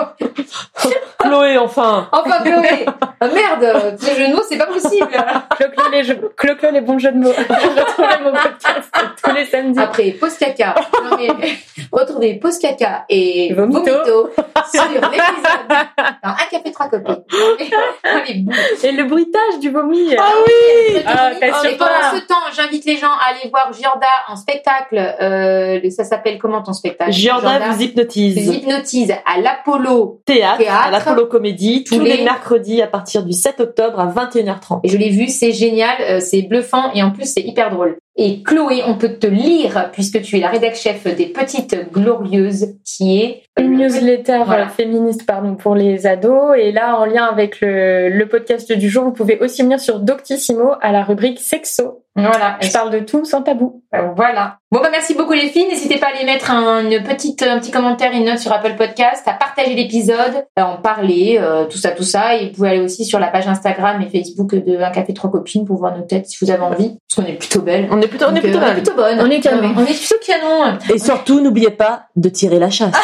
[SPEAKER 2] Chloé, enfin.
[SPEAKER 1] Enfin Chloé Ah, Merde, ce jeu de mots c'est pas possible
[SPEAKER 3] Clo-clo les, jeux- clo-clo les bons jeux de mots. Je retrouve mon podcast tous les samedis.
[SPEAKER 1] Après, pause caca. Non, mais, euh, retrouvez pause caca et vomito,
[SPEAKER 3] Vomito.
[SPEAKER 1] sur l'épisode dans un café trois copies. Dans les boules.
[SPEAKER 3] Et le bruitage du vomi.
[SPEAKER 2] Ah oui.
[SPEAKER 3] Ah,
[SPEAKER 1] et
[SPEAKER 3] t'assures
[SPEAKER 1] pendant
[SPEAKER 3] pas.
[SPEAKER 1] ce temps, j'invite les gens à aller voir Giorda en spectacle. Euh, ça s'appelle comment ton spectacle
[SPEAKER 2] Giorda vous
[SPEAKER 1] vous
[SPEAKER 2] hypnotise.
[SPEAKER 1] hypnotise à l'Apollo.
[SPEAKER 2] Théâtre,
[SPEAKER 1] Théâtre.
[SPEAKER 2] à l'Apollo Comédie tous
[SPEAKER 1] Tous
[SPEAKER 2] les...
[SPEAKER 1] les-
[SPEAKER 2] mercredis à partir du 7 octobre à 21h30.
[SPEAKER 1] Et je l'ai vu, c'est génial, euh, c'est bluffant et en plus c'est hyper drôle. Et Chloé, on peut te lire puisque tu es la rédac chef des Petites Glorieuses qui est
[SPEAKER 3] Une
[SPEAKER 1] le
[SPEAKER 3] newsletter
[SPEAKER 1] Voilà.
[SPEAKER 3] euh, féministe pardon, pour les ados. Et là, en lien avec le, le podcast du jour, vous pouvez aussi venir sur Doctissimo à la rubrique Sexo.
[SPEAKER 1] Voilà,
[SPEAKER 3] Je parle de tout sans tabou.
[SPEAKER 1] Euh, Voilà. Bon bah merci beaucoup les filles. N'hésitez pas à aller mettre un, une petite, un petit commentaire, une note sur Apple Podcast, à partager l'épisode, à en parler, euh, tout ça, tout ça. Et vous pouvez aller aussi sur la page Instagram et Facebook de Un Café Trois Copines pour voir nos têtes si vous avez envie. Parce qu'on est plutôt belles.
[SPEAKER 2] On est plutôt, on est
[SPEAKER 1] Donc,
[SPEAKER 2] plutôt
[SPEAKER 1] euh,
[SPEAKER 2] mal.
[SPEAKER 1] plutôt bonnes.
[SPEAKER 3] On est canon.
[SPEAKER 1] On est plutôt canon.
[SPEAKER 2] Et surtout, n'oubliez pas de tirer la chasse.